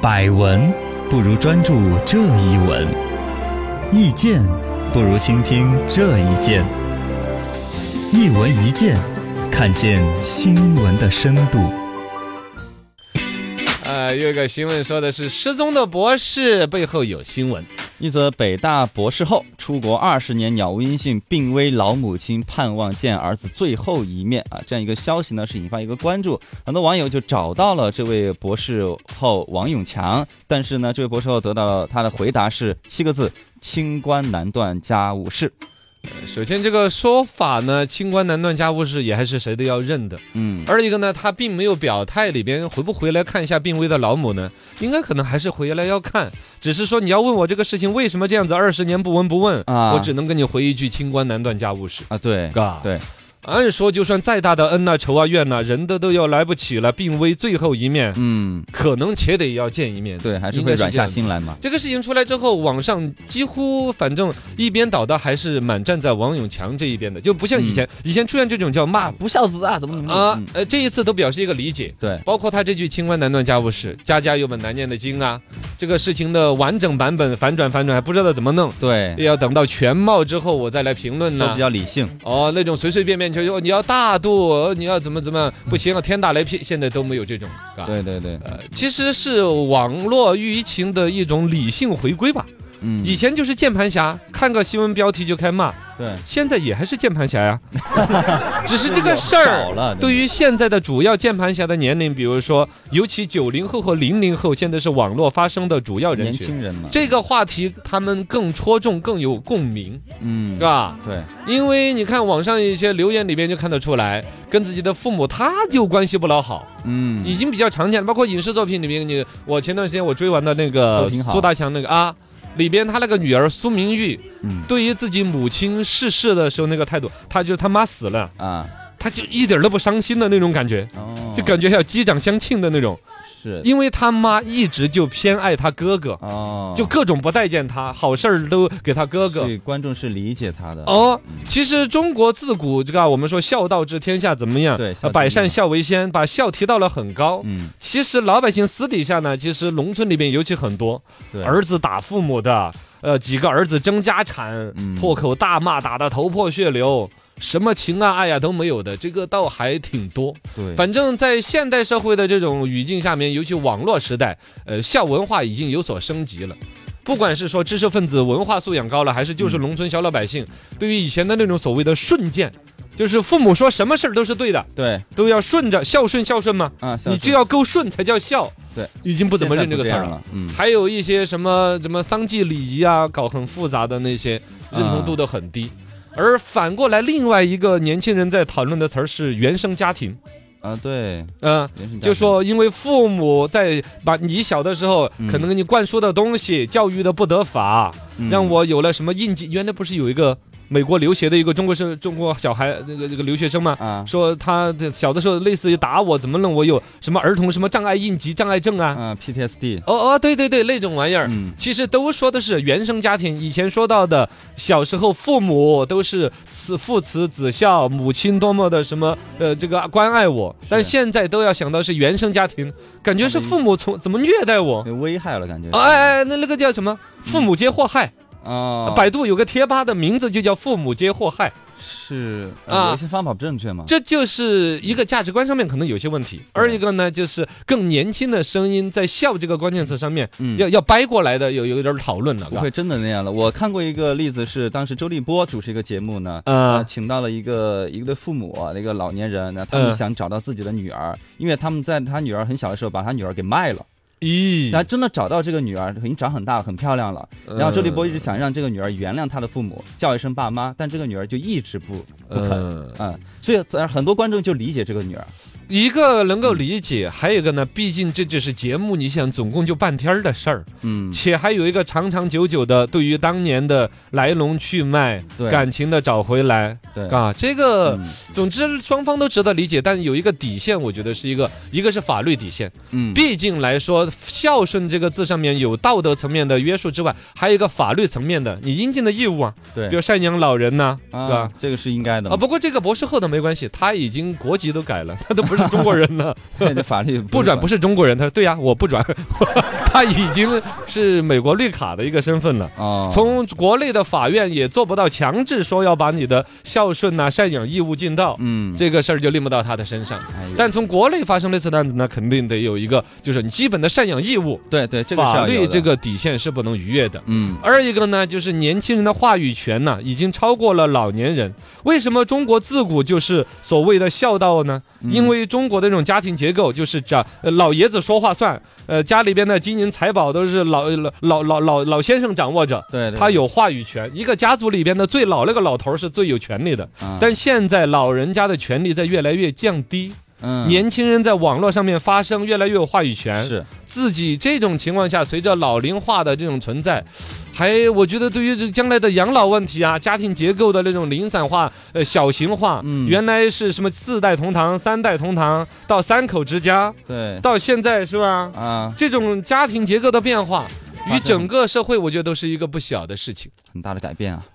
百闻不如专注这一闻，意见不如倾听这一见。一闻一见，看见新闻的深度。呃，有一个新闻说的是失踪的博士背后有新闻，一则北大博士后出国二十年杳无音信，病危老母亲盼望见儿子最后一面啊，这样一个消息呢是引发一个关注，很多网友就找到了这位博士后王永强，但是呢，这位博士后得到他的回答是七个字：清官难断家务事。呃首先这个说法呢，清官难断家务事，也还是谁都要认的。嗯，二一个呢，他并没有表态，里边回不回来看一下病危的老母呢？应该可能还是回来要看，只是说你要问我这个事情为什么这样子，二十年不闻不问，啊我只能跟你回一句清官难断家务事。啊，对，嘎，对，按说就算再大的恩呐、仇啊、怨呐、人的都要来不起了，病危最后一面，嗯，可能且得要见一面。对，还是应会该是软这下样子心来嘛。这个事情出来之后，网上几乎反正一边倒的还是蛮站在王永强这一边的，就不像以前，以前出现这种叫骂不孝子啊，怎么怎么啊嗯，呃，这一次都表示一个理解。对，包括他这句“清官难断家务事，家家有本难念的经”啊，这个事情的完整版本反转反转还不知道怎么弄，对，要等到全貌之后我再来评论哎都呢比。较理性，哦，那种随随便便就说你要大度，哦你要怎么怎么不行，啊天打雷劈，现在都没有这种，是吧？对对对，呃，其实是网络舆情的一种理性回归吧。嗯，以前就是键盘侠，看个新闻标题就开骂，对，现在也还是键盘侠 呀，只是这个事儿少。了，对于现在的主要键盘侠的年龄，比如说，尤其九零后和零零后，现在是网络发声的主要人年群。轻人嘛，这个话题他们更戳中，更有共鸣，嗯是，吧？对，因为你看网上一些留言里边就看得出来，跟自己的父母他就关系不老好，嗯，已经比较常见了。包括影视作品里面，你我前段时间我追完的那个都挺好苏大强那个啊，里边他那个女儿苏明玉，嗯对于自己母亲逝世的时候那个态度，他就他妈死了，啊，他就一点儿都不伤心的那种感觉，哦，就感觉要击掌相庆的那种，是因为他妈一直就偏爱他哥哥，哦，就各种不待见他，好事儿都给他哥哥所。以观众是理解他的，哦嗯，其实中国自古这个我们说孝道治天下怎么样？对孝呃道百善孝为先，把孝提到了很高。嗯，其实老百姓私底下呢，其实农村里边尤其很多对，儿子打父母的，呃，几个儿子争家产嗯，破口大骂，打得头破血流，什么情啊爱呀、都没有的，这个倒还挺多。对，反正，在现代社会的这种语境下面，尤其网络时代，呃，孝文化已经有所升级了。不管是说知识分子文化素养高了，还是嗯就是农村小老百姓，对于以前的那种所谓的顺见，就是父母说什么事儿都是对的，对都要顺着孝顺孝顺嘛。啊，你就要够顺才叫孝。对，已经不不怎么认这个词儿了。了，嗯，还有一些什么什么丧祭礼仪啊，搞很复杂的那些，嗯认同度都很低。而反过来，另外一个年轻人在讨论的词儿是原生家庭，啊，对，嗯、原生家就庭说因为父母在把你小的时候嗯可能给你灌输的东西、教育的不得法，嗯让我有了什么印记。原来不是有一个美国留学的一个中国生、中国小孩那个那个留学生吗？啊说他的小的时候类似于打我，怎么弄我有什么儿童什么障碍应急障碍症啊？啊 PTSD，哦哦，对对对，那种玩意儿。嗯，其实都说的是原生家庭，以前说到的小时候父母都是慈父慈子孝，母亲多么的什么呃这个关爱我，但现在都要想到是原生家庭，感嗯觉是父母从怎么虐待我。被危害了感觉，哎哎，哎那那个叫什么？父母皆祸害。嗯啊，百度有个贴吧的名字就叫“父母皆祸害”。是啊啊，有些方法不正确嘛，这就是一个价值观上面可能有些问题，嗯二一个呢就是更年轻的声音在“笑”这个关键词上面嗯要要掰过来的，有有点讨论了，不会真的那样了。我看过一个例子是，当时周立波主持一个节目呢，啊呃，请到了一个一个对父母啊，一个老年人呢，他嗯们想找到自己的女儿，因为他们在他女儿很小的时候把他女儿给卖了，咦然后真的找到这个女儿，已经长很大了，很漂亮了。嗯然后周立波一直想让这个女儿原谅他的父母，叫一声爸妈，但这个女儿就一直不不肯。嗯嗯，所以呃很多观众就理解这个女儿，一个能够理解，还有一个呢，毕竟这只是节目，你想总共就半天儿的事儿，嗯，且还有一个长长久久的对于当年的来龙去脉、对感情的找回来，对，啊，这个嗯总之双方都值得理解，但有一个底线，我觉得是一个，一个是法律底线，嗯，毕竟来说，孝顺这个字上面有道德层面的约束之外，还有一个法律层面的你应尽的义务啊，比对如赡养老人呐、对吧啊，这个是应该的啊，嘛，不过这个博士后的没关系，他已经国籍都改了，他都不 不是中国人 呢？那你的法律不转不是是中国人。他说对呀，我不转， 他已经是美国绿卡的一个身份了。哦，从国内的法院也做不到强制说要把你的孝顺呐、啊赡养义务尽到，嗯，这个事儿就拎不到他的身上。哎呀但从国内发生类似的案子呢，肯定得有一个就是你基本的赡养义务，对对，这个是法要有律的这个底线是不能逾越的。嗯二一个呢，就是年轻人的话语权呢、已经超过了老年人。为什么中国自古就是所谓的孝道呢？嗯因为中国的这种家庭结构就是这样，呃老爷子说话算，呃，家里边的金银财宝都是老老老老老老先生掌握着，对对他有话语权。一个家族里边的最老那个老头儿是最有权利的，啊但现在老人家的权利在越来越降低，嗯年轻人在网络上面发声越来越有话语权。是自己这种情况下，随着老龄化的这种存在，还我觉得对于这将来的养老问题啊，家庭结构的那种零散化、呃小型化，嗯原来是什么四代同堂、三代同堂，到三口之家，对到现在是吧？啊，这种家庭结构的变化，发与生整个社会，我觉得都是一个不小的事情。很大的改变啊。